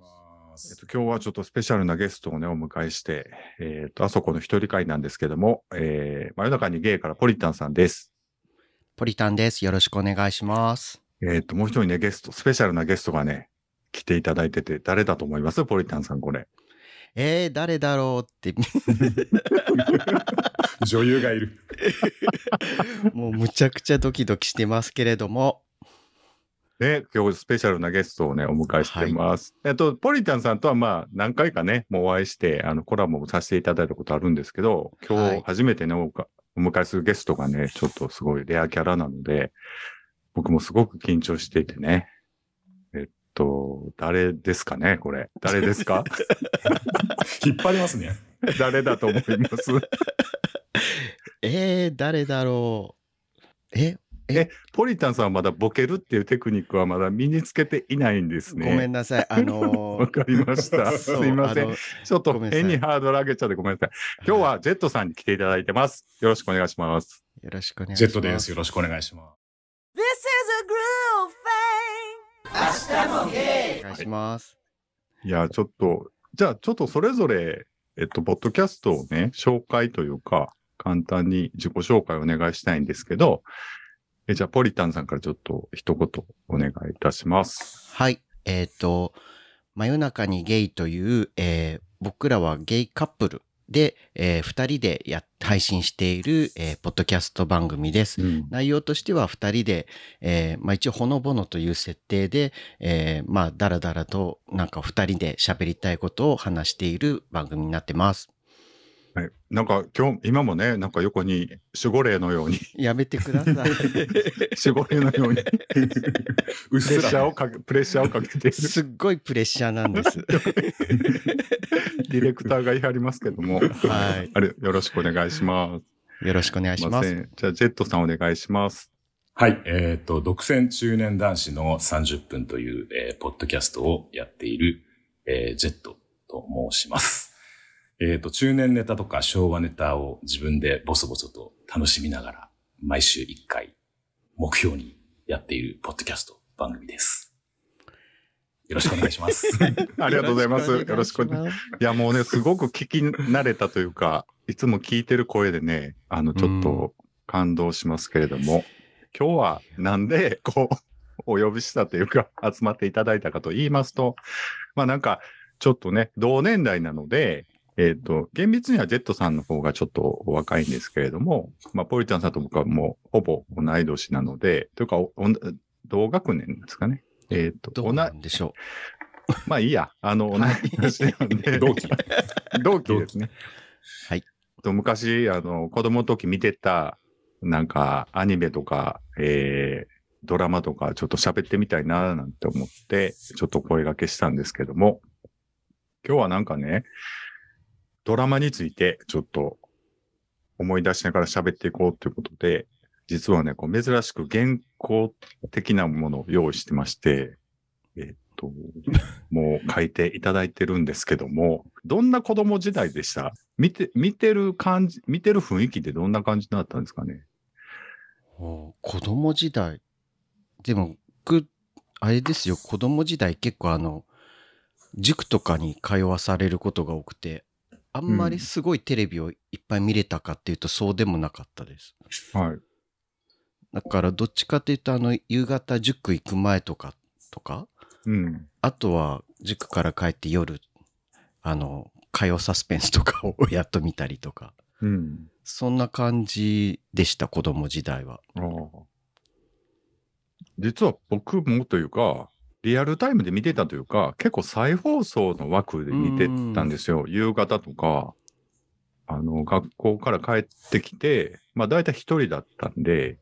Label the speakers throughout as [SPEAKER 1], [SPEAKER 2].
[SPEAKER 1] ま
[SPEAKER 2] えっ
[SPEAKER 1] す。
[SPEAKER 2] と、今日はちょっとスペシャルなゲストをね、お迎えして、えっと、あそこの一人会なんですけども、えー、真夜中にゲイからポリタンさんです。
[SPEAKER 3] ポリタンです。よろしくお願いします。
[SPEAKER 2] えっと、もう一人ね、ゲスト、スペシャルなゲストがね、来ていただいてて、誰だと思いますポリタンさん、これ。
[SPEAKER 3] えー、誰だろうって、
[SPEAKER 1] 女優がいる。
[SPEAKER 3] もうむちゃくちゃドキドキしてますけれども、
[SPEAKER 2] ね、今日スペシャルなゲストをね、お迎えしてます。えっと、ポリタンさんとはまあ、何回かね、もうお会いして、あの、コラボもさせていただいたことあるんですけど、今
[SPEAKER 3] は
[SPEAKER 2] 日
[SPEAKER 3] い
[SPEAKER 2] 初めてね、おかお迎えするゲストがね、ちょっとすごいレアキャラなので、僕もすごく緊張していてね。えっと、誰ですかね、これ。誰です か
[SPEAKER 1] 引っ張りますね。
[SPEAKER 2] 誰だと思います
[SPEAKER 3] えー、誰だろうえ、
[SPEAKER 2] ポリタンさんはまだボケるっていうテクニックはまだ身につけていないんです
[SPEAKER 3] ご
[SPEAKER 2] ね。
[SPEAKER 3] めんなさい。あ
[SPEAKER 2] わ
[SPEAKER 3] の
[SPEAKER 2] かりました。
[SPEAKER 3] ー、
[SPEAKER 2] す
[SPEAKER 3] そう
[SPEAKER 2] いませ
[SPEAKER 3] あ
[SPEAKER 2] ん
[SPEAKER 3] の。
[SPEAKER 2] ちょっと
[SPEAKER 3] ごめんなさい
[SPEAKER 2] 変にハードル上げちゃってごめんなさい。今日はジェットさんに来ていただいてます。よろしくお願いします。
[SPEAKER 3] よろしくお願いし
[SPEAKER 1] ジ
[SPEAKER 3] ま
[SPEAKER 1] ェ
[SPEAKER 3] す。
[SPEAKER 1] ットです。。よろしくお願いします。
[SPEAKER 4] This is a groove thing.
[SPEAKER 3] お願いします。
[SPEAKER 2] いや、ちょっと、じゃあちょっとそれぞれ、えっと、ポッドキャストをね、紹介というか、簡単に自己紹介をお願いしたいんですけど、えじゃあ、ポリタンさんからちょっと一言お願いいたします。
[SPEAKER 3] はい。えっ、と、真夜中にゲイという、えー僕らはゲイカップルで、えー二人でやっ配信している、えーポッドキャスト番組です。
[SPEAKER 2] うん。
[SPEAKER 3] 内容としては2人で、えーまあ、一応ほのぼのという設定で、えーまあだらだらとなんか2人で喋りたいことを話している番組になってます。
[SPEAKER 2] はい、なんか今日、今もね、なんか横に守護霊のよ うに、
[SPEAKER 3] やめてください。
[SPEAKER 2] 守護霊のように、プ
[SPEAKER 1] うっ
[SPEAKER 2] レ
[SPEAKER 1] す
[SPEAKER 2] ッシャー
[SPEAKER 1] ら
[SPEAKER 2] をかけ、プレッシャーをかけている
[SPEAKER 3] すっごいプレッシャーな んです。
[SPEAKER 2] ディレクターがやりますけども、
[SPEAKER 3] は
[SPEAKER 2] あれ、よろしくお願いします。
[SPEAKER 3] い。よろしくお願いします
[SPEAKER 2] い。ませんじゃあ、ジェットさんお願いします。
[SPEAKER 1] はい。えっ、と、独占中年男子の30分という、えーポッドキャストをやっている、えージェットと申します。えっ、と、中年ネタとか昭和ネタを自分でボソボソと楽しみながら、毎週1回目標にやっているポッドキャスト番組です。よろしくお願いし ます。
[SPEAKER 2] ありがとうございます。よろしくお願い
[SPEAKER 3] いし
[SPEAKER 2] いや、もうね、すごく聞き慣れたという か、いつも聞いてる声でね、あの、ちょっと感動しますけれども、今日はなんで、 こう、お呼びしたというか、集まっていただいたかと言いますと、まあなんか、ちょっとね、同年代なので、えっ、と、厳密にはジェットさんの方がちょっとお若いんですけれども、まあ、ポリタンさんと僕はもうほぼ同い年なので、というか、おおん同学年なんですかね。えっ、と、
[SPEAKER 3] ど
[SPEAKER 2] 同
[SPEAKER 3] う
[SPEAKER 2] い
[SPEAKER 3] なんでしょ
[SPEAKER 2] まあいいや、あの、同
[SPEAKER 3] はい
[SPEAKER 2] い年なんで、
[SPEAKER 1] 同期。
[SPEAKER 2] 同期ですね。
[SPEAKER 3] はい。
[SPEAKER 2] と昔、あの、子供の時見てた、なんか、アニメとか、えー、ドラマとか、ちょっと喋ってみたいな、なんて思って、ちょっと声掛けしたんですけども、今日はなんかね、ドラマについて、ちょっと、思い出しながら喋っていこうということで、実はね、こう珍しく原稿的なものを用意してまして、えーっと、もう書いていただいてるんですけども、どんな子供時代でした見て、見てる感じ、見てる雰囲気ってどんな感じだったんですかね
[SPEAKER 3] う。もう子供時代。でも、僕、あれですよ、子供時代結構あの、塾とかに通わされることが多くて、あんまりすごいテレビをいっぱい見れたかっていうとそうでもなかったです。
[SPEAKER 2] はい。
[SPEAKER 3] だからどっちかというとあの夕方塾行く前とかとか
[SPEAKER 2] うん。
[SPEAKER 3] あとは塾から帰って夜あの火曜サスペンスとかをやっと見たりとか
[SPEAKER 2] うん。
[SPEAKER 3] そんな感じでした子供時代は
[SPEAKER 2] ああ。実は僕もというか、リアルタイムで見てたというか、結構再放送の枠で見てたんですよ。夕方とか、あの、学校から帰ってきて、まあ大体一人だったんで、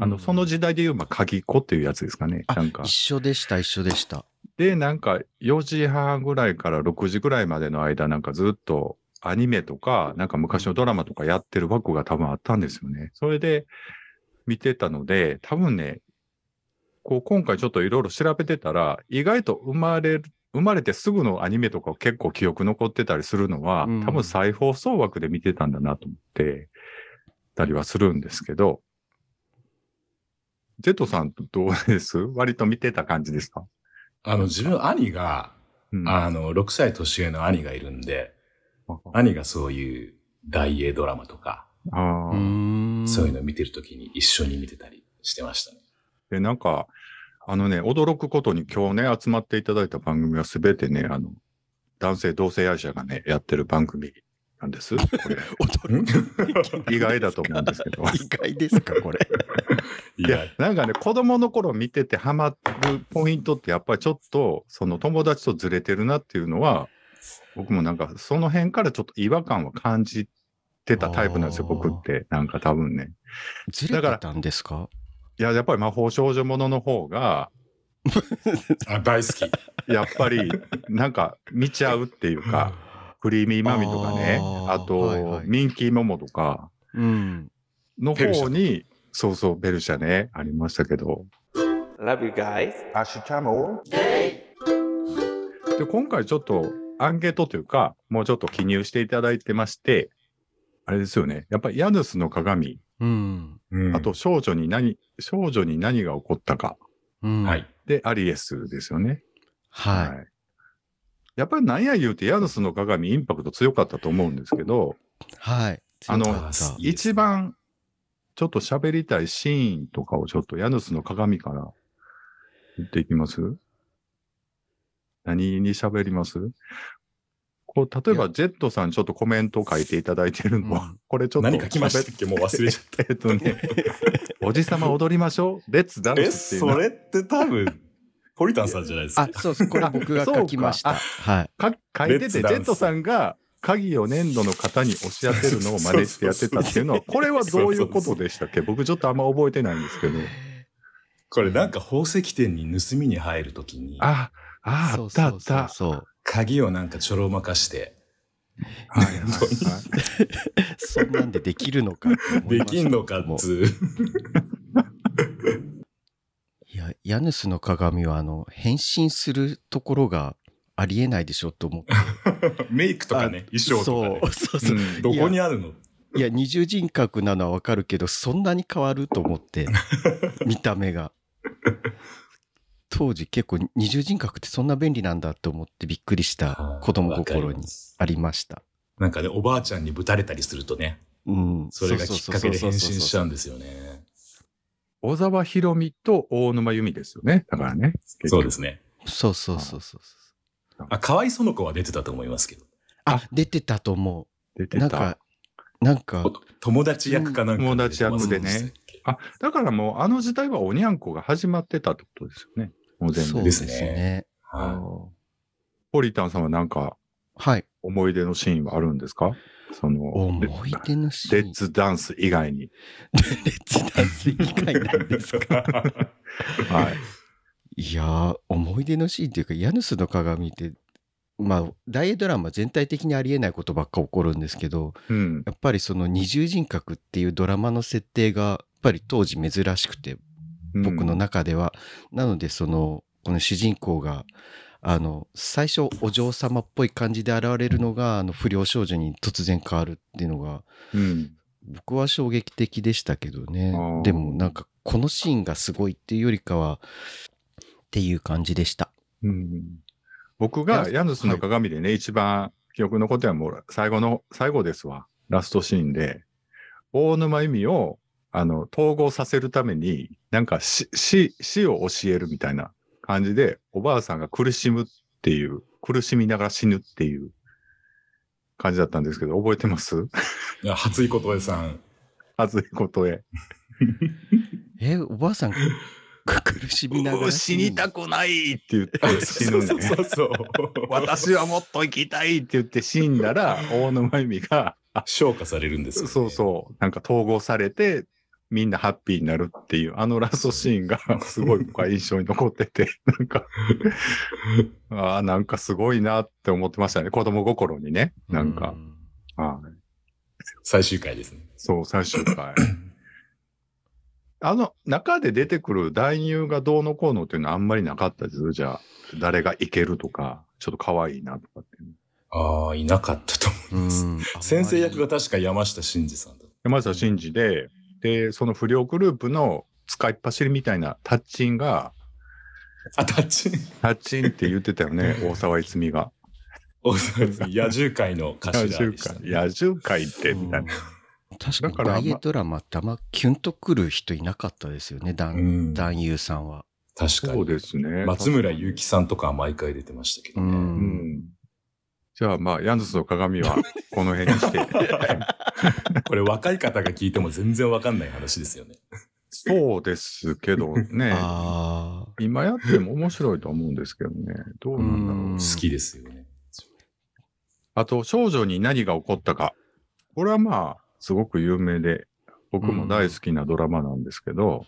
[SPEAKER 2] あの、その時代で言う、まあ、鍵っ子っていうやつですかね。
[SPEAKER 3] あ
[SPEAKER 2] なんか
[SPEAKER 3] 一緒でした一緒でした
[SPEAKER 2] で、なんか4時半ぐらいから6時ぐらいまでの間、なんかずっとアニメとか、なんか昔のドラマとかやってる枠が多分あったんですよね。それで見てたので、多分ね、こう今回ちょっといろいろ調べてたら、意外と生まれる、生まれてすぐのアニメとか結構記憶残ってたりするのは、
[SPEAKER 3] うん
[SPEAKER 2] 多分再放送枠で見てたんだなと思ってたりはするんですけど、 ジェットさんどうです割と見てた感じですか
[SPEAKER 1] あの、自分、兄が、
[SPEAKER 2] うん
[SPEAKER 1] あの、6歳年上の兄がいるんで、
[SPEAKER 2] あ
[SPEAKER 1] 兄がそういう大英ドラマとか、
[SPEAKER 2] あー。
[SPEAKER 3] うーん
[SPEAKER 1] そういうの見てるときに一緒に見てたりしてましたね。
[SPEAKER 2] で、なんか、あのね、驚くことに今日ね、集まっていただいた番組はすべてね、あの、男性同性愛者がね、やってる番組なん です。こ
[SPEAKER 3] 驚
[SPEAKER 2] れ意外だと思うんですけ ど。
[SPEAKER 3] 意外ですか、これ。
[SPEAKER 1] い
[SPEAKER 2] いや、なんかね、子供の頃見ててハマるポイントって、やっぱりちょっと、その友達とずれてるなっていうのは、僕もなんか、その辺からちょっと違和感は感じてたタイプなんですよ、
[SPEAKER 3] あー
[SPEAKER 2] 僕って。なんか多分ね。
[SPEAKER 3] ずれてたんですか
[SPEAKER 2] いや、やっぱり魔法少女ものの方が、
[SPEAKER 1] あ大好き。
[SPEAKER 2] やっぱり、なんか、見ちゃうっていうか、クリーミーマミとかね、あ
[SPEAKER 3] あー
[SPEAKER 2] と、
[SPEAKER 3] はいはい
[SPEAKER 2] ミンキーモモとか
[SPEAKER 3] うん。
[SPEAKER 2] の
[SPEAKER 1] ペルシャ
[SPEAKER 2] 方に、そうそう、ベルシャね、ありましたけど。
[SPEAKER 5] Love you guys.
[SPEAKER 2] で、今回ちょっとアンケートというか、もうちょっと記入していただいてまして、あれですよね。やっぱりヤヌスの鏡、
[SPEAKER 3] うん。
[SPEAKER 1] うん
[SPEAKER 2] あと、少女に何、少女に何が起こったか。
[SPEAKER 3] うん
[SPEAKER 1] は。い。
[SPEAKER 2] で、アリエスですよね。
[SPEAKER 3] はい。
[SPEAKER 2] やっぱりなんや言うて、ヤヌスの鏡、インパクト強かったと思うんですけど、
[SPEAKER 3] はい。
[SPEAKER 2] あの
[SPEAKER 3] 強かっ
[SPEAKER 1] い
[SPEAKER 3] た
[SPEAKER 1] いですね
[SPEAKER 2] 一番ちょっと喋りたいシーンとかをちょっとヤヌスの鏡から言っていきます何に喋りますこう、例え
[SPEAKER 3] い
[SPEAKER 2] ば
[SPEAKER 3] や
[SPEAKER 2] ジェットさんちょっとコメント書いていただいてるのは、
[SPEAKER 3] うん
[SPEAKER 2] これちょっと
[SPEAKER 1] 何か来ましたっけもう忘れちゃっ
[SPEAKER 2] 喋ってえっ とね、おじさま踊りましょう。レッツダン
[SPEAKER 1] た。え、
[SPEAKER 2] スっていう
[SPEAKER 1] そ
[SPEAKER 2] の
[SPEAKER 1] れって多分、ポリタンさんじゃないです
[SPEAKER 3] あ
[SPEAKER 1] か。、
[SPEAKER 3] そうそう、これ僕が書きました。
[SPEAKER 2] あ
[SPEAKER 3] はい。
[SPEAKER 2] か書いて
[SPEAKER 1] レ
[SPEAKER 2] て、
[SPEAKER 1] ッ
[SPEAKER 2] ジ
[SPEAKER 1] ツ
[SPEAKER 2] ェ
[SPEAKER 1] ダンス
[SPEAKER 2] ットさんが鍵を粘土の型に押し当てるのを真似してやってたっていうのは、これはどういうことでしたっけ僕ちょっとあんま覚えてないんですけど。
[SPEAKER 1] これなんか宝石店に盗みに入るときに、
[SPEAKER 2] あ、あ、あ
[SPEAKER 3] そう
[SPEAKER 2] った
[SPEAKER 3] そ
[SPEAKER 2] あ
[SPEAKER 3] う
[SPEAKER 2] っ
[SPEAKER 3] そう
[SPEAKER 2] た。
[SPEAKER 3] そう。
[SPEAKER 1] 鍵をなんかちょろまかして、
[SPEAKER 2] はいはいはい
[SPEAKER 3] そんなんでできるのかって思
[SPEAKER 1] で
[SPEAKER 3] いました
[SPEAKER 1] きんのかっ
[SPEAKER 3] もう
[SPEAKER 1] つう。
[SPEAKER 3] いや、ヤヌスの鏡は、あの、変身するところがありえないでしょと思って。
[SPEAKER 1] メイクとかね、衣装とかね、
[SPEAKER 3] そうそうそう。
[SPEAKER 2] うん
[SPEAKER 1] どこにあるの
[SPEAKER 3] いや、二重人格なのはわかるけど、そんなに変わると思って、見た目が。当時結構二重人格ってそんな便利なんだと思ってびっくりした子供心にありました。
[SPEAKER 1] なんかね、おばあちゃんにぶたれたりするとね、
[SPEAKER 3] うん。
[SPEAKER 1] それがきっかけで変身しち
[SPEAKER 3] ゃ
[SPEAKER 1] ゃうんですよね。
[SPEAKER 2] 小沢博美と大沼由美ですよね。だからね。。
[SPEAKER 1] そうですすね。
[SPEAKER 3] う。そうそうそうそう。
[SPEAKER 1] あ、かわいその子は出てたと思いますけど。
[SPEAKER 3] あ、出てたと思
[SPEAKER 2] 出
[SPEAKER 3] う。
[SPEAKER 2] て
[SPEAKER 3] なん
[SPEAKER 2] た
[SPEAKER 3] か。、なんか、
[SPEAKER 1] 友達役かなんか。
[SPEAKER 2] 友達役でね。あ、だからもうあの時代はおにゃんこが始まってたってことですよね。もう全
[SPEAKER 3] そう
[SPEAKER 2] 部。
[SPEAKER 3] です
[SPEAKER 1] です
[SPEAKER 3] ね
[SPEAKER 1] ね。
[SPEAKER 2] あ
[SPEAKER 1] は
[SPEAKER 2] ーポリタンさんはなんか
[SPEAKER 3] はい。
[SPEAKER 2] 思い出のシーンはあるんですかその、
[SPEAKER 3] 思い出のシ
[SPEAKER 2] レ
[SPEAKER 3] ーン。
[SPEAKER 2] ッツダンス以外 に。
[SPEAKER 3] レッツダンス以外なんですか
[SPEAKER 2] はい。
[SPEAKER 3] いやー思い出のシーンっていうかヤヌスの鏡ってまあ大英ドラマ全体的にありえないことばっか起こるんですけど
[SPEAKER 2] うん。
[SPEAKER 3] やっぱりその二重人格っていうドラマの設定がやっぱり当時珍しくて僕の
[SPEAKER 2] うん
[SPEAKER 3] 中では、なのでそのこの主人公があの最初お嬢様っぽい感じで現れるのがあの不良少女に突然変わるっていうのが
[SPEAKER 2] うん。
[SPEAKER 3] 僕は衝撃的でしたけどね
[SPEAKER 2] あー
[SPEAKER 3] でもなんかこのシーンがすごいっていうよりかはっていう感じでした
[SPEAKER 2] うん僕がヤヌスの鏡でね、一番記憶残ってるのはもう最後の、最後ですわ。ラストシーンで、大沼由美を、あの、統合させるために、なんか死、死、死を教えるみたいな感じで、おばあさんが苦しむっていう、苦しみながら死ぬっていう感じだったんですけど、覚えてます
[SPEAKER 1] い。いや初井琴恵さん。
[SPEAKER 2] 熱いことへ。
[SPEAKER 3] えおばあさん苦しみ なが
[SPEAKER 2] う
[SPEAKER 3] ら
[SPEAKER 2] う死にた
[SPEAKER 3] く
[SPEAKER 2] くないって言って死ぬんだね。
[SPEAKER 1] う そう。
[SPEAKER 2] 私はもっと生きたいって言って死んだ ら、大沼由美が、
[SPEAKER 1] 消化されるんですよ、ね。
[SPEAKER 2] そうそう。なんか統合されて、みんなハッピーになるっていう、あのラストシーンがすごい僕は印象に残ってて、なんか、ああ、なんかすごいなって思ってましたね。子供心にね。なんか、はい
[SPEAKER 1] 最終回ですね。
[SPEAKER 2] そう、最終回。あの、中で出てくる代入がどうのこうのっていうのはあんまりなかったです。じゃあ、誰がいけるとか、ちょっと可愛いなとかっていうの。
[SPEAKER 1] ああ、いなかったと思います。先生役が確か山下真司さんだっ
[SPEAKER 2] 山下真司で、で、その不良グループの使いっ走りみたいなタッチンが、
[SPEAKER 1] た。あ、タッチ。
[SPEAKER 2] タッチンって言ってたよね、大沢いつみが。
[SPEAKER 1] 大沢いつみ野獣会の
[SPEAKER 2] 野
[SPEAKER 1] 頭で
[SPEAKER 2] 獣
[SPEAKER 1] した、
[SPEAKER 2] 会。
[SPEAKER 1] ね。
[SPEAKER 2] 野獣会って、みたいな。
[SPEAKER 3] うん確か
[SPEAKER 2] だ
[SPEAKER 3] に
[SPEAKER 2] からあ
[SPEAKER 3] ダ
[SPEAKER 2] んま
[SPEAKER 3] イエドラマってあんまキュンとくる人いなかったですよね、
[SPEAKER 1] う
[SPEAKER 3] 男
[SPEAKER 1] ん、確
[SPEAKER 3] 男優さんは。
[SPEAKER 1] か
[SPEAKER 2] そう
[SPEAKER 1] に。
[SPEAKER 2] ですね。
[SPEAKER 1] 松村ゆうきさんとかは毎回出てましたけどね。
[SPEAKER 3] う
[SPEAKER 2] うんん。じゃあまあ、ヤンズスの鏡はこの辺にして。
[SPEAKER 1] これ若い方が聞いても全然わかんない話ですよね。
[SPEAKER 2] そうですけどね。
[SPEAKER 3] ああ。
[SPEAKER 2] 今やっても面白いと思うんですけどね。どうなんだろう。
[SPEAKER 3] うん
[SPEAKER 1] 好きですよね。
[SPEAKER 2] あと、少女に何が起こったか。これはまあ、すごく有名で、僕も大好きなドラマなんですけど、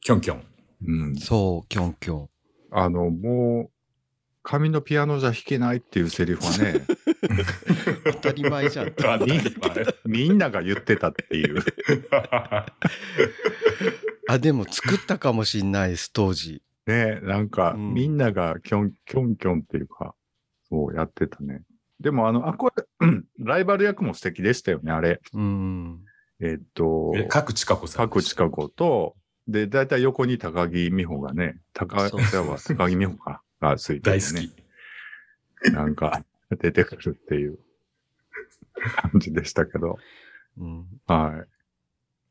[SPEAKER 1] キョンキョン。
[SPEAKER 2] うん。
[SPEAKER 3] そう、キョンキョン。
[SPEAKER 2] あの、もう、紙のピアノじゃ弾けないっていうセリフはね、
[SPEAKER 3] 当たり 前じゃん。
[SPEAKER 1] あ何今
[SPEAKER 2] みんなが言ってたって いう。
[SPEAKER 3] あ、でも作ったかもしんないです、当時。
[SPEAKER 2] ね、なんか、
[SPEAKER 3] うん
[SPEAKER 2] みんながキョン、キョンキョンっていうか、そうやってたね。でも、あの、あ、これ、うん ライバル役も素敵でしたよね、あれ。
[SPEAKER 3] うん。
[SPEAKER 2] えっと、
[SPEAKER 1] え各地下子さん。
[SPEAKER 2] 各近子と、で、だいたい横に高木美穂がね、高
[SPEAKER 3] そうそう
[SPEAKER 2] 高木美穂か、がついて、ね、
[SPEAKER 1] 大好き。
[SPEAKER 2] なんか、出てくるっていう感じでしたけど。
[SPEAKER 3] うん、
[SPEAKER 2] はい。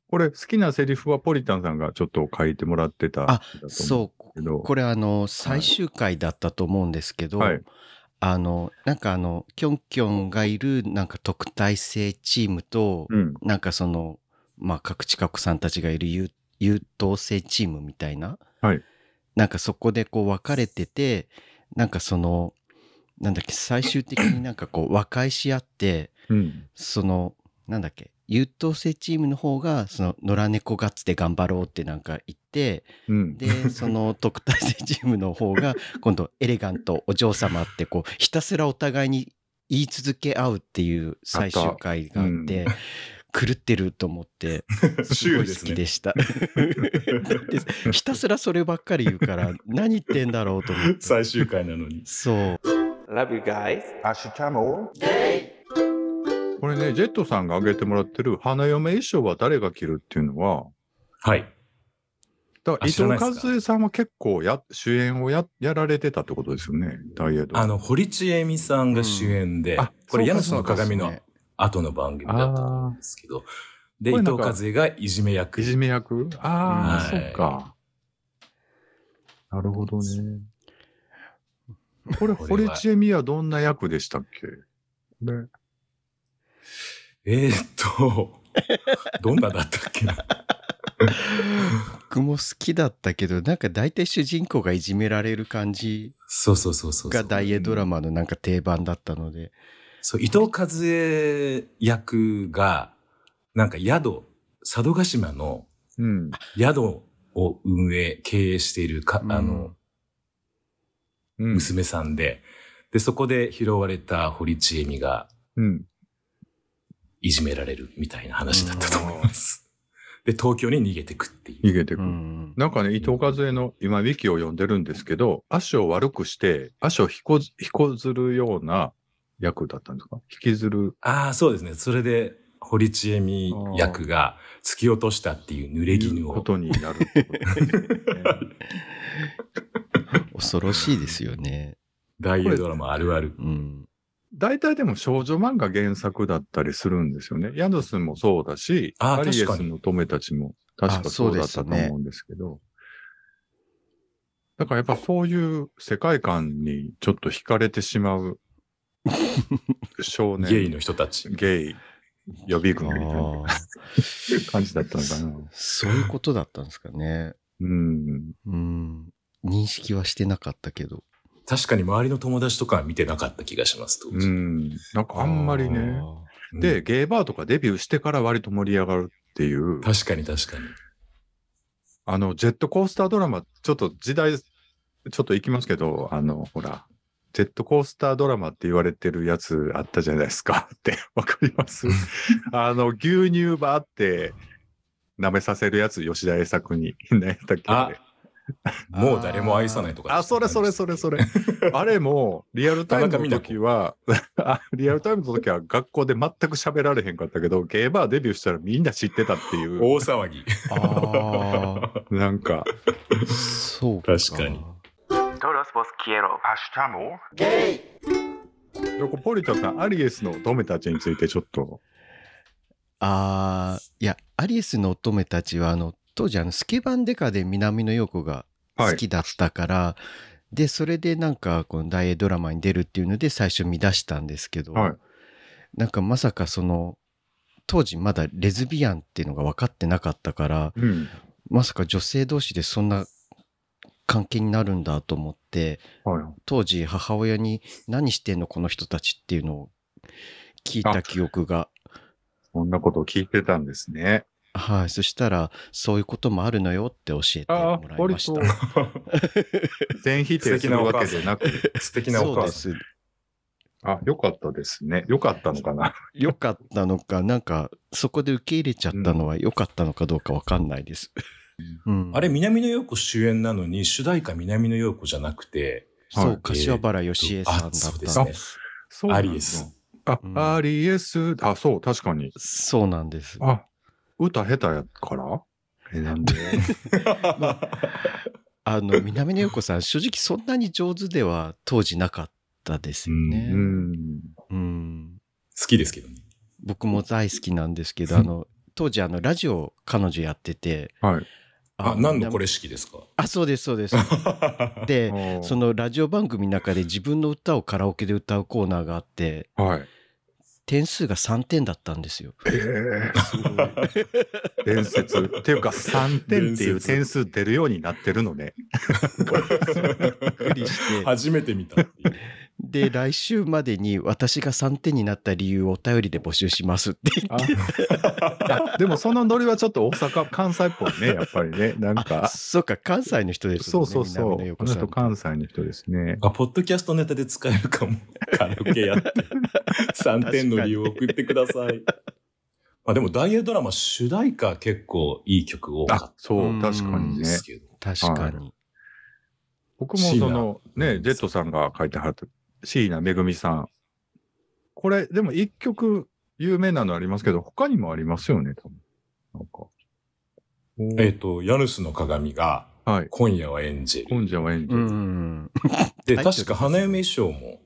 [SPEAKER 2] これ、好きなセリフはポリタンさんがちょっと書いてもらってたんだ
[SPEAKER 3] あ
[SPEAKER 2] と思う。
[SPEAKER 3] そう
[SPEAKER 2] けど
[SPEAKER 3] これあの最終回だったと思うんですけど、
[SPEAKER 2] はい
[SPEAKER 3] あのなんかあのキョンキョンがいるなんか特待生チームと、
[SPEAKER 2] うん。
[SPEAKER 3] なんかそのまあ各地各さんたちがいる優優等生チームみたいな、
[SPEAKER 2] はい
[SPEAKER 3] なんかそこでこう分かれててなんかそのなんだっけ最終的になんか こう和解し合って
[SPEAKER 2] うん。
[SPEAKER 3] そのなんだっけ優等生チームの方がその野良猫ガッツで頑張ろうってなんか言って、
[SPEAKER 2] うん。
[SPEAKER 3] でその特待生チームの方が今度エレガントお嬢様ってこうひたすらお互いに言い続け合うっていう最終回があって、狂ってると思って
[SPEAKER 1] シ
[SPEAKER 3] す
[SPEAKER 1] ュール
[SPEAKER 3] ごい
[SPEAKER 1] で
[SPEAKER 3] 好
[SPEAKER 1] す
[SPEAKER 3] き
[SPEAKER 1] ね。
[SPEAKER 3] でした だってひたすらそればっかり言うから何言ってんだろうと思って
[SPEAKER 1] 最終回なのに。
[SPEAKER 3] そう
[SPEAKER 5] Love you guys.
[SPEAKER 2] これね、ジェットさんが挙げてもらってる花嫁衣装は誰が着るっていうのは、
[SPEAKER 1] はい。
[SPEAKER 2] だから
[SPEAKER 1] あ
[SPEAKER 2] 伊
[SPEAKER 1] 知ら
[SPEAKER 2] 藤
[SPEAKER 1] ないっ
[SPEAKER 2] 和
[SPEAKER 1] すか
[SPEAKER 2] 恵さんは結構や主演をややられてたってことですよね、ダイエット。
[SPEAKER 1] あの、堀ちえみさんが主演で、
[SPEAKER 2] うんあ
[SPEAKER 1] これ、
[SPEAKER 2] そう
[SPEAKER 1] ヤ
[SPEAKER 2] か
[SPEAKER 1] ナスの鏡の後の番組だったと思うんですけど、で、伊
[SPEAKER 2] これ
[SPEAKER 1] 藤
[SPEAKER 2] なんか
[SPEAKER 1] 和恵がいじめ役。
[SPEAKER 2] いじめ役ああ、
[SPEAKER 1] うん
[SPEAKER 2] そっか。なるほどね。こ
[SPEAKER 1] これは
[SPEAKER 2] れ、堀ちえみはどんな役でしたっけね
[SPEAKER 1] えーっと、 どんなだったっけな。
[SPEAKER 3] 僕も好きだったけどなんか大体主人公がいじめられる感じ
[SPEAKER 1] そうそうそうそうそう。
[SPEAKER 3] が大英ドラマのなんか定番だったので
[SPEAKER 1] そう、伊藤和恵役が、なんか宿、佐渡島の
[SPEAKER 2] うん。
[SPEAKER 1] 宿を運営、経営しているか、あの、
[SPEAKER 2] うん。
[SPEAKER 1] 娘さんで、で、そこで拾われた堀ちえみが
[SPEAKER 2] うん。
[SPEAKER 1] いじめられるみたいな話だったと思います。で、東京に逃げてくっていう。
[SPEAKER 2] 逃げてく。
[SPEAKER 3] うん
[SPEAKER 2] なんかね、伊藤和恵の今、ウィキを読んでるんですけど、足を悪くして、足を引こず引こずるような役だったんですか引きずる。
[SPEAKER 1] ああ、そうですね。それで、堀ちえみ役が突き落としたっていう濡れ衣
[SPEAKER 2] こ
[SPEAKER 1] を。
[SPEAKER 2] とになるってことですね
[SPEAKER 3] 恐ろしいですよね
[SPEAKER 1] 大英ドラマあるある。
[SPEAKER 3] うん
[SPEAKER 2] 大体でも少女漫画原作だったりするんですよね。ヤヌスもそうだし、
[SPEAKER 1] あ
[SPEAKER 2] アリエ
[SPEAKER 1] 確か
[SPEAKER 2] ス
[SPEAKER 1] に
[SPEAKER 2] の乙女たちも確かそ
[SPEAKER 3] あそうう
[SPEAKER 2] だっ
[SPEAKER 3] で
[SPEAKER 2] た
[SPEAKER 3] す
[SPEAKER 2] と
[SPEAKER 3] ね
[SPEAKER 2] 思うんですけど。だからやっぱそういう世界観にちょっと惹かれてしまう少年、
[SPEAKER 1] ゲイの人たち。
[SPEAKER 2] ゲイ予備軍みたいな
[SPEAKER 3] あー
[SPEAKER 2] 感じだったのかな。
[SPEAKER 3] そういうことだったんですかね。
[SPEAKER 2] うん。
[SPEAKER 3] うん。認識はしてなかったけど。
[SPEAKER 1] 確かに周りの友達とかは見てなかった気がします、当
[SPEAKER 2] う
[SPEAKER 1] 時。
[SPEAKER 2] ん。なんかあんまりね。
[SPEAKER 1] うん
[SPEAKER 2] で、、ゲイバーとかデビューしてから割と盛り上がるっていう。
[SPEAKER 1] 確かに確かに。
[SPEAKER 2] あの、ジェットコースタードラマ、ちょっと時代、ちょっと行きますけど、あの、ほら、ジェットコースタードラマって言われてるやつあったじゃないですか って、わかりますあの、牛乳バーって舐めさせるやつ、吉田栄作に。 何やったっけ
[SPEAKER 1] あ
[SPEAKER 2] あれ、
[SPEAKER 1] もう誰も愛さないとか。
[SPEAKER 2] あそれそれそれそれ。あれも、リアルタイムの時は、 あリアルタイムの時は学校で全く喋られへんかったけど、ゲーバーデビューしたらみんな知ってたっていう、
[SPEAKER 1] 大騒ぎ。
[SPEAKER 3] ああ。
[SPEAKER 2] なんか、
[SPEAKER 3] そう
[SPEAKER 1] 確かに
[SPEAKER 5] vos quiero.
[SPEAKER 6] Hashtamo.
[SPEAKER 2] ロコポリタンさん、アリエスの乙女たちについてちょっと、
[SPEAKER 3] あーいやアリエスの乙女たちはあの当時あのスケバンデカで南野陽子が好きだったから、でそれでなんかこの大映ドラマに出るっていうので最初見出したんですけど、
[SPEAKER 2] はい
[SPEAKER 3] なんかまさかその当時まだレズビアンっていうのが分かってなかったから
[SPEAKER 2] うん。
[SPEAKER 3] まさか女性同士でそんな関係になるんだと思って
[SPEAKER 2] はい。
[SPEAKER 3] 当時母親に「何してんのこの人たち」っていうのを聞いた記憶が
[SPEAKER 2] そんなことを聞いてたんですね。
[SPEAKER 3] はい、そしたら、そういうこともあるのよって教えてもらいました。
[SPEAKER 2] あ全否定するわけじゃなく、
[SPEAKER 1] 素敵なお
[SPEAKER 3] そう
[SPEAKER 1] 母
[SPEAKER 3] で
[SPEAKER 1] さん。
[SPEAKER 3] す。
[SPEAKER 2] あ、よかったですね。よかったのかな。
[SPEAKER 3] 良かったのか、なんか、そこで受け入れちゃったのは良かったのかどうかわかんないです。うん、
[SPEAKER 1] あれ、南野陽子主演なのに、主題歌南野陽子じゃなく て、
[SPEAKER 3] そ
[SPEAKER 2] は
[SPEAKER 3] う、柏原芳恵さんだっ
[SPEAKER 1] あそうで
[SPEAKER 3] た。
[SPEAKER 1] す
[SPEAKER 3] そう
[SPEAKER 1] ね。
[SPEAKER 2] そうな
[SPEAKER 1] ア
[SPEAKER 2] んだ
[SPEAKER 1] リエス。。
[SPEAKER 2] あ、
[SPEAKER 3] うん
[SPEAKER 2] アリエス。あ、そう、確かに。
[SPEAKER 3] なんです。
[SPEAKER 2] あ、歌下手やからえ、なんで
[SPEAKER 3] あの、南野陽子さん、正直そんなに上手では当時なかったですよね。
[SPEAKER 2] う
[SPEAKER 3] うん
[SPEAKER 2] ん。
[SPEAKER 1] 好きですけどね。
[SPEAKER 3] 僕も大好きなんですけど、あの、当時、あの、ラジオ彼女やってて、
[SPEAKER 2] はい。
[SPEAKER 1] あ、何のこ
[SPEAKER 3] れ
[SPEAKER 1] れ式ですか
[SPEAKER 3] あ、そうです、そ うです。で、そ
[SPEAKER 2] の、
[SPEAKER 3] のラジオ番組の中で自分の歌をカラオケで歌うコーナーがあって
[SPEAKER 2] はい。
[SPEAKER 3] 点数が3点だったんですよ。
[SPEAKER 2] えー、すごい。伝説。っていうか、3点っていう点数出るようになってるのね。
[SPEAKER 3] びっくりして
[SPEAKER 1] 初めて見たっていう。
[SPEAKER 3] で来週までに私が3点になった理由をお便りで募集しますって 言って
[SPEAKER 2] ああでも、そのノリはちょっと大阪、関西っぽいね、やっぱりね。なん
[SPEAKER 3] あ
[SPEAKER 2] か、
[SPEAKER 3] そうか関西の人です
[SPEAKER 2] そ
[SPEAKER 3] よね
[SPEAKER 2] うそうそう。
[SPEAKER 3] 南野陽
[SPEAKER 2] あ
[SPEAKER 3] 子さ
[SPEAKER 2] の人、
[SPEAKER 3] ん
[SPEAKER 2] 関西の人ですね。
[SPEAKER 1] あ、ポッドキャストネタで使える かも。カラオケやって。3点の理由を送ってくださ い。まあでも、大映ドラマ主題歌結構いい曲多かった
[SPEAKER 2] あ、そう、確か
[SPEAKER 1] ん
[SPEAKER 2] に
[SPEAKER 1] で
[SPEAKER 2] ね
[SPEAKER 1] す。けど。
[SPEAKER 3] 確かに、
[SPEAKER 2] 僕もその、ね、ジェットさんが書いてはった、椎名めぐみさん。これ、でも一曲有名なのありますけど、他にもありますよね、多分。なんか。おー
[SPEAKER 1] えっ、と、ヤヌスの鏡が、
[SPEAKER 2] はい。
[SPEAKER 1] 今夜はエンジェル。
[SPEAKER 2] 今じゃはエンジ
[SPEAKER 3] う
[SPEAKER 2] ェル。
[SPEAKER 3] ん
[SPEAKER 1] で、
[SPEAKER 3] タイトルです
[SPEAKER 1] 確か花嫁衣装も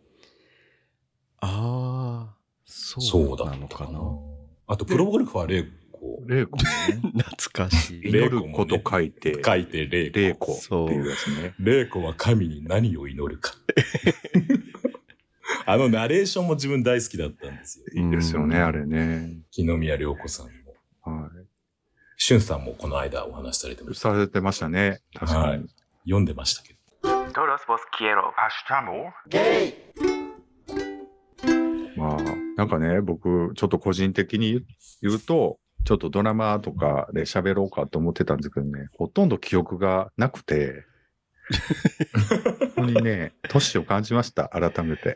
[SPEAKER 3] ああ
[SPEAKER 1] そ
[SPEAKER 3] そう
[SPEAKER 1] だ
[SPEAKER 3] う
[SPEAKER 1] った
[SPEAKER 3] なの
[SPEAKER 1] か
[SPEAKER 3] か
[SPEAKER 1] な。
[SPEAKER 3] な。
[SPEAKER 1] あと、プロゴルファー玲子。
[SPEAKER 2] レイコもね
[SPEAKER 3] 懐かしい
[SPEAKER 2] 祈ること書いて、
[SPEAKER 1] 書いて玲
[SPEAKER 2] レイ
[SPEAKER 1] 子。
[SPEAKER 2] コっていうやつね。
[SPEAKER 1] 玲子は神に何を祈るか。あのナレーションも自分大好きだったんですよ。
[SPEAKER 2] いいですよね、
[SPEAKER 3] うん
[SPEAKER 2] あれね。
[SPEAKER 1] 木宮涼子さんも。
[SPEAKER 2] は
[SPEAKER 1] しゅんさんもこの間お話しされてま
[SPEAKER 2] い。
[SPEAKER 1] した。
[SPEAKER 2] されてましたね。確かに。
[SPEAKER 1] 読んでましたけど。
[SPEAKER 5] Todos vos quiero.
[SPEAKER 6] Hashtamo.
[SPEAKER 2] まあ、なんかね、僕、ちょっと個人的に言う言うと、ちょっとドラマとかで喋ろうかと思ってたんですけどね、ほとんど記憶がなく て、本当にね、年を感じました、改め て。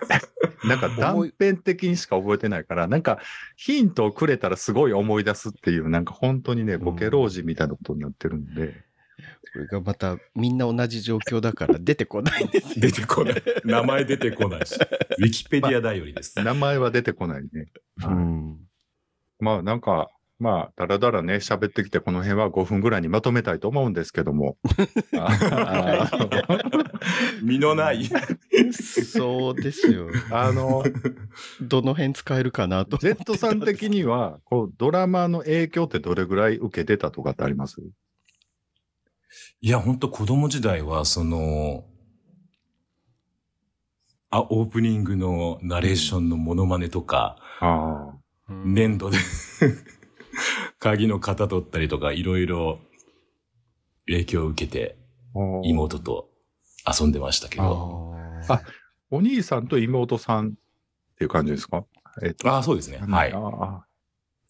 [SPEAKER 2] なんか断片的にしか覚えてないから、なんかヒントをくれたらすごい思い出すっていう、なんか本当にね、ボケ老人みたいなことになってるんで、
[SPEAKER 3] これがまたみんな同じ状況だから出てこないんですよ
[SPEAKER 1] 出てこない。名前出てこないし。ウィキペディア頼りです。
[SPEAKER 2] 名前は出てこないね。
[SPEAKER 3] うん
[SPEAKER 2] まあなんか、まあ、だらだらね、喋ってきて、この辺は5分ぐらいにまとめたいと思うんですけど も。あ
[SPEAKER 1] 身のない。
[SPEAKER 3] そうですよ。
[SPEAKER 2] あの、
[SPEAKER 3] どの辺使える かなと。
[SPEAKER 2] ジェットさん的には、こう、ドラマの影響ってどれぐらい受けてたとかってあります
[SPEAKER 1] いや、ほんと子供時代は、その、あ、オープニングのナレーションのモノマネとか、
[SPEAKER 2] ああ。
[SPEAKER 1] 粘土で 鍵の型取ったりとかいろいろ影響を受けて妹と遊んでましたけど。
[SPEAKER 3] あ
[SPEAKER 2] あお兄さんと妹さんっていう感じですかえっと。
[SPEAKER 1] ああ、そうですね。はい
[SPEAKER 2] あ。あ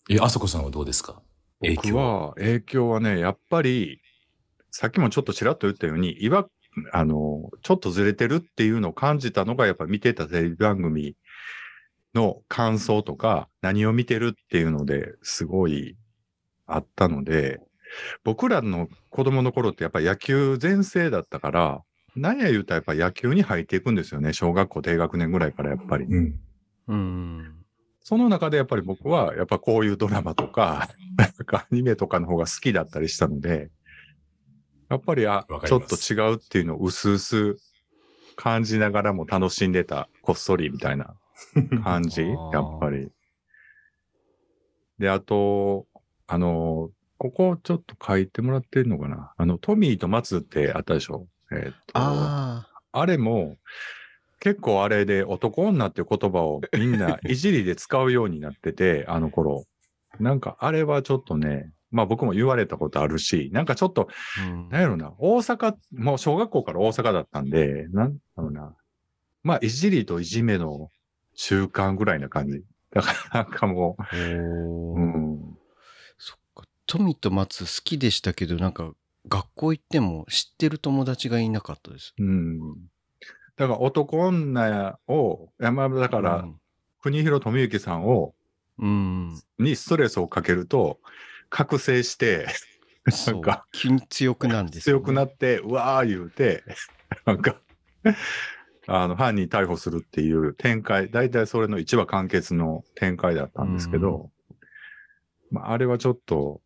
[SPEAKER 1] え、あそこさんはどうですか影
[SPEAKER 2] 僕
[SPEAKER 1] 響。
[SPEAKER 2] は、影響はね、やっぱり、さっきもちょっとちらっと言ったように、いわ、あの、ちょっとずれてるっていうのを感じたのが、やっぱ見てたテレビ番組の感想とか、何を見てるっていうのですごいあったので、僕らの子供の頃ってやっぱ野球全盛だったから、何や言うたらやっぱ野球に入っていくんですよね。小学校低学年ぐらいからやっぱり。
[SPEAKER 1] うん。
[SPEAKER 3] うん。
[SPEAKER 2] その中でやっぱり僕は、やっぱこういうドラマとか、なんかアニメとかの方が好きだったりしたので、やっぱりあ
[SPEAKER 1] わか、り
[SPEAKER 2] ちょ
[SPEAKER 1] ま
[SPEAKER 2] っと
[SPEAKER 1] す
[SPEAKER 2] 違うっていうのを薄々感じながらも楽しんでた、こっそりみた いな感じ、
[SPEAKER 3] あー
[SPEAKER 2] やっぱり。で、あと、あの、ここちょっと書いてもらってるのかな。あの、トミーと松ってあったでしょ。えーっと
[SPEAKER 3] ああ。
[SPEAKER 2] あれも、結構あれで男女っていう言葉をみん ないじりで使うようになってて、あの頃。なんかあれはちょっとね、まあ僕も言われたことあるし、なんかちょっと、
[SPEAKER 3] うん
[SPEAKER 2] なんやろな、大阪、もう小学校から大阪だったんで、なんだろうな。まあいじりといじめの中間ぐらいな感じ。だからなんかもう、
[SPEAKER 3] お
[SPEAKER 2] う
[SPEAKER 3] ー
[SPEAKER 2] ん。
[SPEAKER 3] そっか。富と松好きでしたけど、なんか、学校行っても知ってる友達がいなかったです。
[SPEAKER 2] うん。だから男女を、いやまあだか
[SPEAKER 3] う
[SPEAKER 2] ら、
[SPEAKER 3] ん
[SPEAKER 2] 国広富之さんを、
[SPEAKER 3] うん。
[SPEAKER 2] にストレスをかけると、覚醒して、
[SPEAKER 3] そう
[SPEAKER 2] なんか
[SPEAKER 3] 急に強くなんですよ
[SPEAKER 2] 強
[SPEAKER 3] ね、
[SPEAKER 2] くなって、うわー言うて、 なんか、あの、犯人逮捕するっていう展開、大体それの一話完結の展開だったんですけど、まあ、あれはちょっと、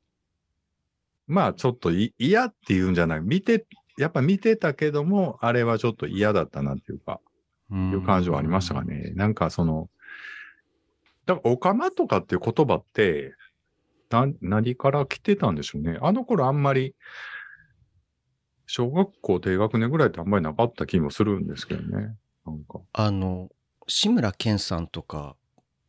[SPEAKER 2] まあ、ちょっとい嫌っていうんじゃない、見て、やっぱ見てたけども、あれはちょっと嫌だったなっていうか、
[SPEAKER 3] うん
[SPEAKER 2] いう感じはありましたかね。なんかその、だから、オカマとかっていう言葉って、な、何から来てたんでしょうね。あの頃あんまり、小学校低学年ぐらいってあんまりなかった気もするんですけどね。なんか。
[SPEAKER 3] あの、志村けんさんとか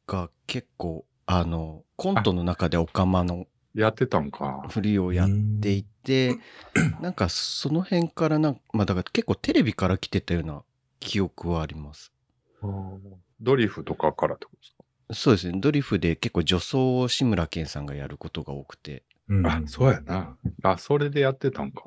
[SPEAKER 3] が結構、あの、コントの中でオカマの
[SPEAKER 2] やってたんか。
[SPEAKER 3] ふりをやっていて、なんかその辺からなんまあだから結構テレビから来てたような記憶はあります。
[SPEAKER 2] ドリフとかからってことですか、
[SPEAKER 3] そうですね。ドリフで結構女装を志村けんさんがやることが多くて。
[SPEAKER 1] うん
[SPEAKER 2] あ、そうやな。あ、それでやってたんか。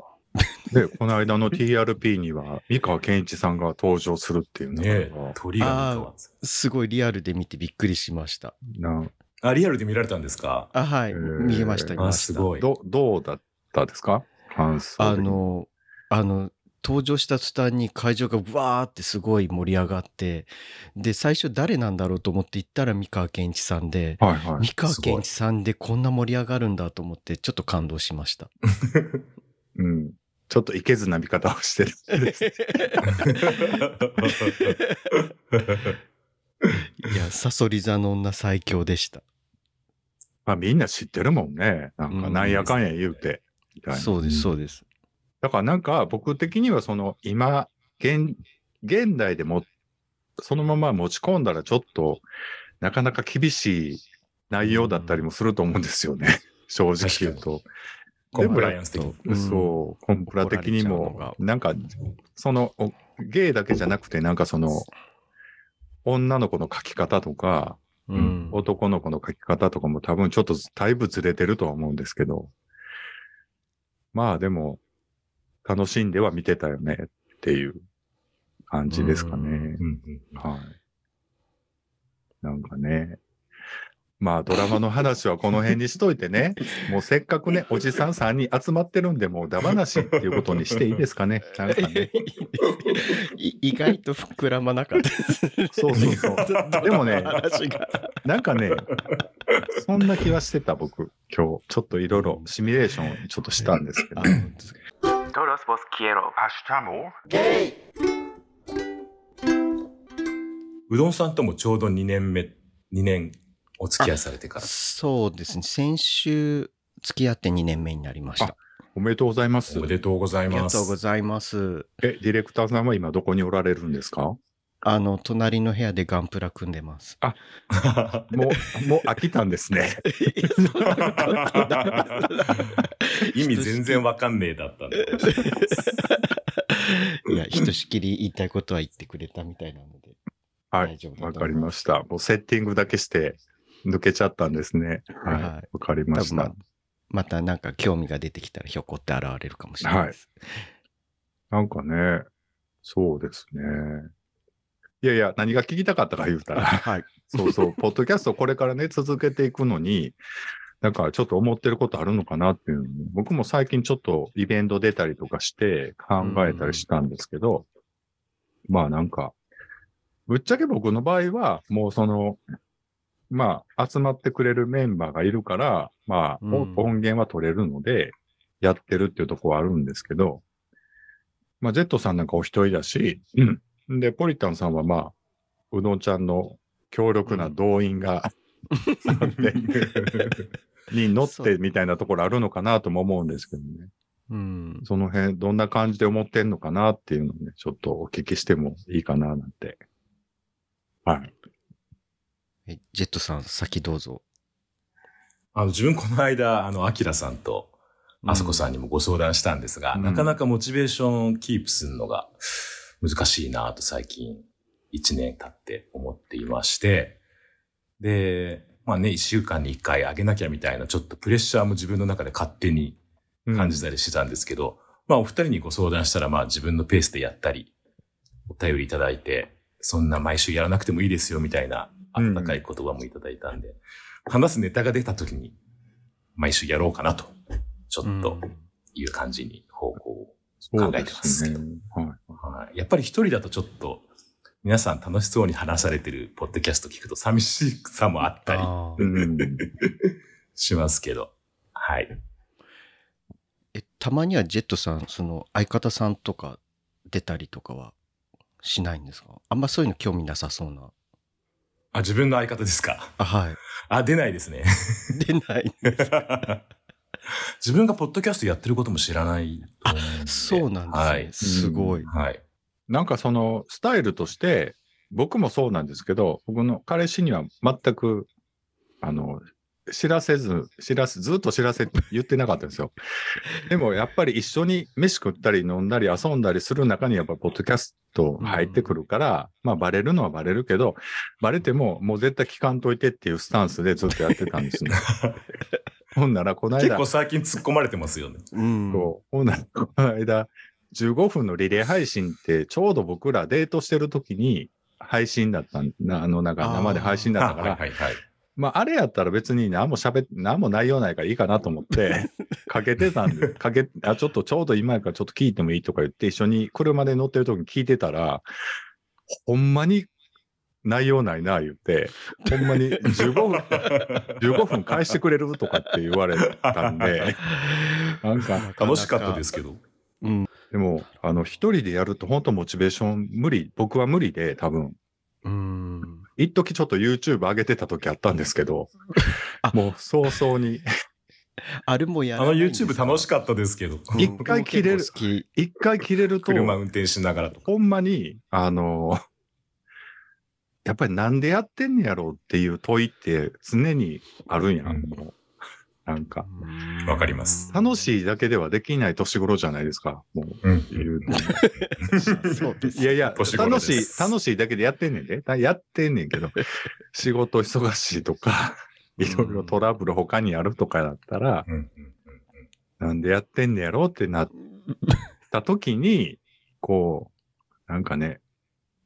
[SPEAKER 2] で、この間の TRP には、三河健一さんが登場するっていうの
[SPEAKER 1] ね
[SPEAKER 2] が、
[SPEAKER 1] え、鳥が見たわ
[SPEAKER 3] すごいリアルで見てびっくりしました。
[SPEAKER 2] な
[SPEAKER 1] あ、リアルで見られたんです か
[SPEAKER 3] あ、はい。
[SPEAKER 2] へー
[SPEAKER 3] 見えました、見ま
[SPEAKER 1] あ、
[SPEAKER 3] し
[SPEAKER 1] す
[SPEAKER 3] た。
[SPEAKER 1] ごい。
[SPEAKER 2] どどうだったですか感想
[SPEAKER 3] あ
[SPEAKER 2] 的に
[SPEAKER 3] の、あの、登場した途端に会場がわーってすごい盛り上がって、で、最初誰なんだろうと思って行ったら三河健一さんで、
[SPEAKER 2] はいはい。
[SPEAKER 3] 三河健一さんでこんな盛り上がるんだと思って、ちょっと感動しました。
[SPEAKER 2] うん。ちょっといけずな見方をしてる。
[SPEAKER 3] いや、サソリ座の女最強でした。
[SPEAKER 2] まあみんな知ってるもんね。なん
[SPEAKER 3] う
[SPEAKER 2] か
[SPEAKER 3] ん
[SPEAKER 2] なんやかんや言うて。みたいな
[SPEAKER 3] そうです、そうです。
[SPEAKER 2] だからなんか僕的にはその今、現、現代でも、そのまま持ち込んだらちょっと、なかなか厳しい内容だったりもすると思うんですよね。正直言うと。
[SPEAKER 1] コンプライアンス的に。
[SPEAKER 3] うん
[SPEAKER 2] そう、コンプラ的に
[SPEAKER 3] 怒られちゃ
[SPEAKER 2] も
[SPEAKER 3] うのが、
[SPEAKER 2] なんか、その、おゲイだけじゃなくて、なんかその、女の子の書き方とか、
[SPEAKER 3] うん。
[SPEAKER 2] 男の子の書き方とかも多分ちょっとだいぶずれてるとは思うんですけど、まあでも、楽しんでは見てたよねっていう感じですかね。
[SPEAKER 1] うんうん
[SPEAKER 2] はい。なんかね。まあドラマの話はこの辺にしとい てね、もうせっかくね、おじさん3人集まってるんで、もうダバなしっていうことにしていいですかね。なんかね。
[SPEAKER 3] い意外と膨らまなかっ たです。。
[SPEAKER 2] そうそうそう でもね、
[SPEAKER 3] 話が。
[SPEAKER 2] なんかね、そんな気はしてた、僕。今日、ちょっといろいろシミュレーションをちょっとしたんですけど
[SPEAKER 3] あ。本当ですか
[SPEAKER 5] Todos vos quiero.
[SPEAKER 6] Hasta more.
[SPEAKER 1] うどんさんともちょうど2年目、2年お付き合いされてから。
[SPEAKER 3] そうですね。先週、付き合って2年目になりました。
[SPEAKER 2] おめでとうございます
[SPEAKER 1] おめ。でとうござい
[SPEAKER 3] ありが
[SPEAKER 1] ます。
[SPEAKER 3] とうございます。
[SPEAKER 2] え、ディレクターさんは今どこにおられるんですかも
[SPEAKER 3] あの、隣の部屋でガンプラ組んでます。
[SPEAKER 2] う、もう飽きたんですね。
[SPEAKER 1] 意味全然わかんねえだったん だ。
[SPEAKER 3] いや、ひとしきり言いたいことは言ってくれたみたいなので。
[SPEAKER 2] はい
[SPEAKER 3] 大丈夫だと思
[SPEAKER 2] わ
[SPEAKER 3] い
[SPEAKER 2] かりました。もうセッティングだけして抜けちゃったんですね。は
[SPEAKER 3] はい
[SPEAKER 2] い。わかりま
[SPEAKER 3] 多
[SPEAKER 2] し
[SPEAKER 3] 分ま
[SPEAKER 2] た
[SPEAKER 3] あ。またなんか興味が出てきたらひょこって現れるかもしれないです。
[SPEAKER 2] なんかね、そうですね。いやいや、何が聞きたかったか言うたら。
[SPEAKER 3] はい。
[SPEAKER 2] そうそう、ポッドキャストこれからね、続けていくのに、なんかちょっと思ってることあるのかなっていうのも僕も最近ちょっとイベント出たりとかして考えたりしたんですけど、まあなんか、ぶっちゃけ僕の場合は、もうその、まあ、集まってくれるメンバーがいるから、まあ、
[SPEAKER 3] うん
[SPEAKER 2] 音源は取れるので、やってるっていうところはあるんですけど、まあ、ジェットさんなんかお一人だし、で、ポリタンさんはまあ、うどんちゃんの強力な動 員が、に乗ってみたいなところあるのかなとも思うんですけどね。
[SPEAKER 6] うん。
[SPEAKER 2] その辺、どんな感じで思ってんのかなっていうのをね、ちょっとお聞きしてもいいかななんて。はい。
[SPEAKER 3] えジェットさん、先どうぞ。
[SPEAKER 1] あの、自分この間、あの、アキラさんと、あそこさんにもご相談したんですが、
[SPEAKER 2] うん
[SPEAKER 1] なかなかモチベーションキープするのが難しいなと最近1年経って思っていまして、で、まあね、1週間に1回上げなきゃみたいなちょっとプレッシャーも自分の中で勝手に感じたりしてたんですけど、まあお二人にご相談したらまあ自分のペースでやったり、お便りいただいて、そんな毎週やらなくてもいいですよみたいな温かい言葉もいただいたんで、話すネタが出た時に毎週やろうかなと、ちょっという感じに方向を。
[SPEAKER 2] そうですね
[SPEAKER 1] 考えて
[SPEAKER 2] はい。
[SPEAKER 1] はいやっぱり一人だとちょっと皆さん楽しそうに話されてるポッドキャスト聞くと寂しさもあったり
[SPEAKER 6] あー
[SPEAKER 2] うん。
[SPEAKER 1] しますけど、はい。
[SPEAKER 3] え、たまにはジェットさん、その、相方さんとか出たりとかはしないんですかあんまそういうの興味なさそうな。
[SPEAKER 1] あ、自分の相方ですか。
[SPEAKER 3] あ、はい。
[SPEAKER 1] あ、出ないですね。
[SPEAKER 3] 出ない。
[SPEAKER 1] 自分がポッドキャストやってることも知らないと思で
[SPEAKER 3] そうなんですね。
[SPEAKER 1] はい。
[SPEAKER 3] すごい。
[SPEAKER 1] はい。
[SPEAKER 2] なんかそのスタイルとして、僕もそうなんですけど、僕の彼氏には全く、あの、知らせず、知らせ、ずっと知らせって言ってなかったんですよ。でもやっぱり一緒に飯食ったり飲んだり遊んだりする中にやっぱポッドキャスト入ってくるから、まあバレるのはバレるけど、バレてももう絶対聞かんといてっていうスタンスでずっとやってたんですね。ほんならこの間。
[SPEAKER 1] 結構最近突っ込まれてますよね。
[SPEAKER 3] うん。
[SPEAKER 2] そう。ほんならこの間、15分のリレー配信って、ちょうど僕らデートしてる時に配信だったんなあの、なんか
[SPEAKER 3] あー。
[SPEAKER 2] 生で配信だった
[SPEAKER 1] あ
[SPEAKER 2] か
[SPEAKER 1] はい
[SPEAKER 2] ら、
[SPEAKER 1] はいはい。
[SPEAKER 2] まあ、あれやったら別に何も喋っ、何も内容ないからいいかなと思って、 かけてたんで、かけ、あ、ちょっとちょうど今やからちょっと聞いてもいいとか言って、一緒に車で乗ってる時に聞いてたら、ほんまに内容ないな、言って、ほんまに15分、15分返してくれるとかって言われたん で、なんか、
[SPEAKER 1] 楽しかったですすけど。
[SPEAKER 2] でも、あの、一人でやると本当モチベーション無理、僕は無理で多分、
[SPEAKER 6] うん。
[SPEAKER 2] 一時ちょっと YouTube 上げてた時あったんですけど
[SPEAKER 3] あ、
[SPEAKER 2] もう早々に、
[SPEAKER 3] あれもや
[SPEAKER 1] あ
[SPEAKER 3] らな
[SPEAKER 1] の
[SPEAKER 3] いんですか。
[SPEAKER 1] YouTube 楽しかったですけど、
[SPEAKER 3] うん
[SPEAKER 2] 一回切れる
[SPEAKER 3] 僕も結構好き
[SPEAKER 2] 一回切れると、
[SPEAKER 1] 車運転しながらとか。
[SPEAKER 2] ほんまに、あの、やっぱりなんでやってんねやろうっていう問いって常にあるんやん、
[SPEAKER 1] うん
[SPEAKER 2] もうなんか。
[SPEAKER 1] わかります
[SPEAKER 2] 楽
[SPEAKER 6] い。
[SPEAKER 2] しいだけではできない年頃じゃないですか、もう
[SPEAKER 1] うん。
[SPEAKER 2] 言うても。
[SPEAKER 3] そうです
[SPEAKER 2] いやいや、
[SPEAKER 1] 年頃
[SPEAKER 2] 楽
[SPEAKER 1] で
[SPEAKER 2] しい
[SPEAKER 1] す、
[SPEAKER 2] 楽しいだけでやってんねんで。たやってんねんけど、 仕事忙しいとか、いろいろトラブル他にあるとかだったら、
[SPEAKER 1] うんうん
[SPEAKER 2] なんでやってんねやろってなった時に、こう、なんかね、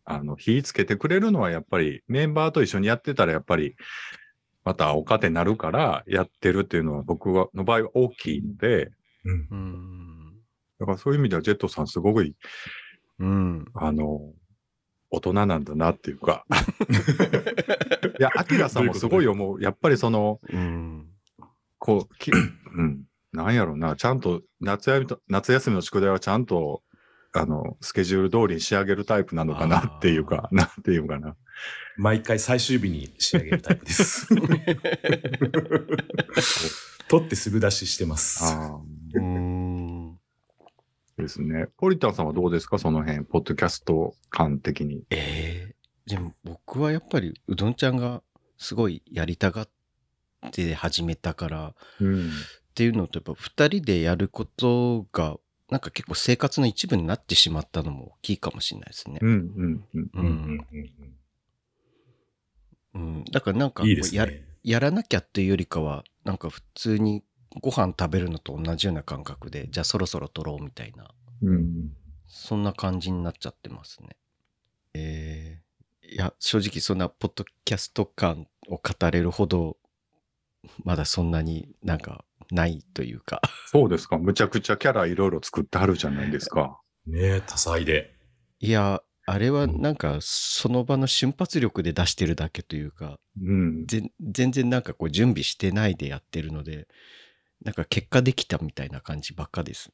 [SPEAKER 2] あの、火つけてくれるのはやっぱりメンバーと一緒にやってたらやっぱり、またお金になるからやってるっていうのは僕は、の場合は大きいので、
[SPEAKER 1] うん
[SPEAKER 6] うん。
[SPEAKER 2] だからそういう意味ではジェットさんすごい、
[SPEAKER 6] うん。
[SPEAKER 2] あの、大人なんだなっていうか。 いや、アキラさんもすごい思う。やっぱりその、
[SPEAKER 6] うん。
[SPEAKER 2] こ う、きうん、なんやろうな、ちゃんと夏休みと、夏休みの宿題はちゃんと、あの、スケジュール通りに仕上げるタイプなのかなっていうか、 なんていうかな。
[SPEAKER 1] 毎回最終日に仕上げるタイプです。取ってすぐ出ししてます。
[SPEAKER 2] あ
[SPEAKER 6] うん。
[SPEAKER 2] ーですね。ポリタンさんはどうですかその辺、ポッドキャスト感的に。
[SPEAKER 3] ええでも僕はやっぱりうどんちゃんがすごいやりたがって始めたからっ
[SPEAKER 2] うん。
[SPEAKER 3] ていうのとやっぱ二人でやることがなんか結構生活の一部になってしまったのも大きいかもしれないですね
[SPEAKER 2] う。ん、うん、うん。
[SPEAKER 3] う
[SPEAKER 1] うん
[SPEAKER 3] ん、
[SPEAKER 1] うんうん
[SPEAKER 3] うん、だからなんか
[SPEAKER 1] いいです
[SPEAKER 3] や
[SPEAKER 1] ね。
[SPEAKER 3] やらなきゃっていうよりかはなんか普通にご飯食べるのと同じような感覚でじゃあそろそろ撮ろうみたいな
[SPEAKER 2] うん。
[SPEAKER 3] そんな感じになっちゃってますね。えーいや、正直そんなポッドキャスト感を語れるほど、まだそんなになんかないというか。
[SPEAKER 2] そうですか。むちゃくちゃキャラいろいろ作ってはるじゃないですか。
[SPEAKER 1] ねえ多彩で。
[SPEAKER 3] いや、あれはなんかその場の瞬発力で出してるだけというか、
[SPEAKER 2] うん。
[SPEAKER 3] ぜん全然なんかこう準備してないでやってるので、なんか結果できたみたいな感じばっかです。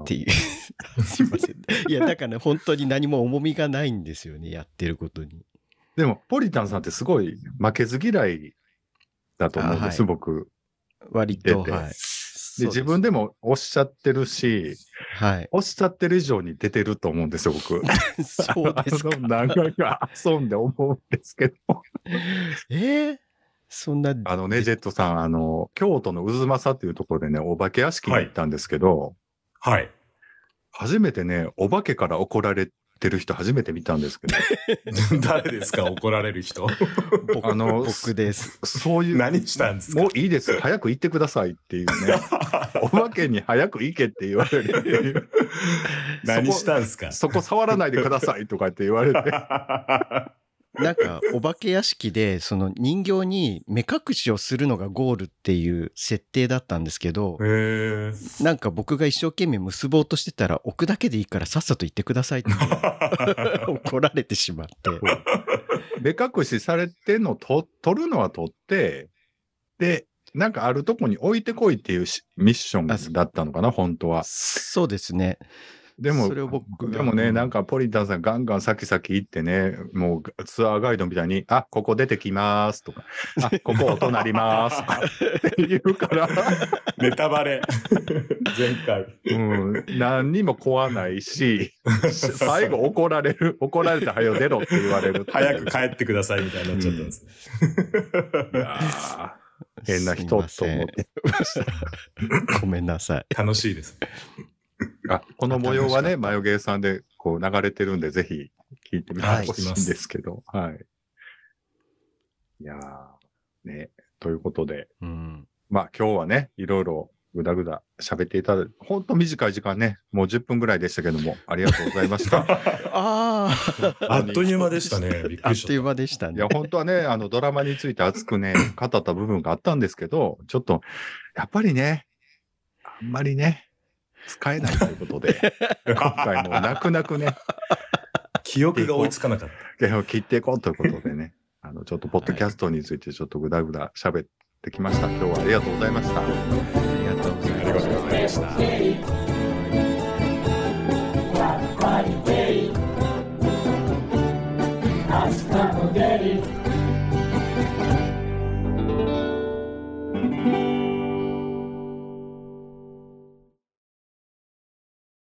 [SPEAKER 3] っていう。 すいません。いや、だからね、本当に何も重みがないんですよね、やってることに。
[SPEAKER 2] でも、ポリタンさんってすごい負けず嫌いだと思うんです、
[SPEAKER 3] あは
[SPEAKER 2] 僕。
[SPEAKER 3] 割
[SPEAKER 2] 出
[SPEAKER 3] と、
[SPEAKER 2] て
[SPEAKER 3] はい。
[SPEAKER 2] で、自分
[SPEAKER 3] で。
[SPEAKER 2] でもおっしゃってるし、
[SPEAKER 3] はい。
[SPEAKER 2] おっしゃってる以上に出てると思うんですよ、僕。
[SPEAKER 3] そうです か。
[SPEAKER 2] あの何回か遊んで思うんですけど。
[SPEAKER 3] えーそんな、
[SPEAKER 2] あのね、ジェットさん、あの、京都の渦政っていうところでね、お化け屋敷に行ったんですけど、
[SPEAKER 1] はい。
[SPEAKER 2] 初めてね、お化けから怒られてる人初めて見たんですけど、
[SPEAKER 1] 誰ですか怒られる人。
[SPEAKER 3] 僕
[SPEAKER 2] あの
[SPEAKER 3] 僕です。
[SPEAKER 2] そういう、
[SPEAKER 1] 何したんですか
[SPEAKER 2] もういいです、早く行ってくださいってい うね、お化けに早く行けって言われるっていう、
[SPEAKER 1] 何したんですか
[SPEAKER 2] そこ触らないでくださいとかって言われ て、
[SPEAKER 3] なんか、お化け屋敷で、その人形に目隠しをするのがゴールっていう設定だったんですけど、
[SPEAKER 1] へえ。
[SPEAKER 3] なんか僕が一生懸命結ぼうとしてたら、置くだけでいいからさっさと行ってく ださいって怒られてしまって。
[SPEAKER 2] 目隠しされてんのと取るのは取って、で、なんかあるとこに置いてこいっていうしミッションだったのかな、本当は。
[SPEAKER 3] そうですね。
[SPEAKER 2] でも、
[SPEAKER 3] それを僕が
[SPEAKER 2] でもね、
[SPEAKER 3] うん
[SPEAKER 2] なんかポリタンさんガンガン先々行ってね、もうツアーガイドみたいに、あ、ここ出てきますとか、あ、ここ音鳴りますと かって言うから、
[SPEAKER 1] ネタバレ。前回。
[SPEAKER 2] うん、何にも怖ない し、最後怒られる、怒られて早よ出ろって言われる。
[SPEAKER 1] 早く帰ってくださいみたいになっちゃったんですね。
[SPEAKER 2] いやー変な人
[SPEAKER 3] す
[SPEAKER 2] と
[SPEAKER 3] いま
[SPEAKER 2] 思っ
[SPEAKER 3] せん
[SPEAKER 2] て。
[SPEAKER 3] ごめんなさい。
[SPEAKER 1] 楽しいです。
[SPEAKER 2] あこの模様はね、マヨゲーさんでこう流れてるんで、ぜひ聞いてみて
[SPEAKER 1] はい
[SPEAKER 2] ほしいんですけど。はい。い、やー、ね、ということで、
[SPEAKER 6] うん。
[SPEAKER 2] まあ今日はね、いろいろぐだぐだ喋っていただいて、ほんと短い時間ね、もう10分ぐらいでしたけども、ありがとうございま した。
[SPEAKER 3] ああ、
[SPEAKER 1] あっという間でしたね。びっく
[SPEAKER 3] あっ
[SPEAKER 1] りし
[SPEAKER 3] と
[SPEAKER 1] ち
[SPEAKER 3] い
[SPEAKER 1] ゃ
[SPEAKER 3] う
[SPEAKER 1] っ
[SPEAKER 3] 間でした
[SPEAKER 2] い
[SPEAKER 3] ね
[SPEAKER 2] や、。本当はね、あの、ドラマについて熱くね、語った部分があったんですけど、ちょっと、やっぱりね、あんまりね、使えないということ で、今回も泣く泣くね、
[SPEAKER 1] た。記憶が追いつかなかった。
[SPEAKER 2] 毛を切っていこうということでね、あの、ちょっと、ポッドキャストについてちょっとぐだぐだ喋ってきました。今日はありがとうございました。
[SPEAKER 3] ありがとうございます。
[SPEAKER 1] うございました。
[SPEAKER 7] Hasta poder,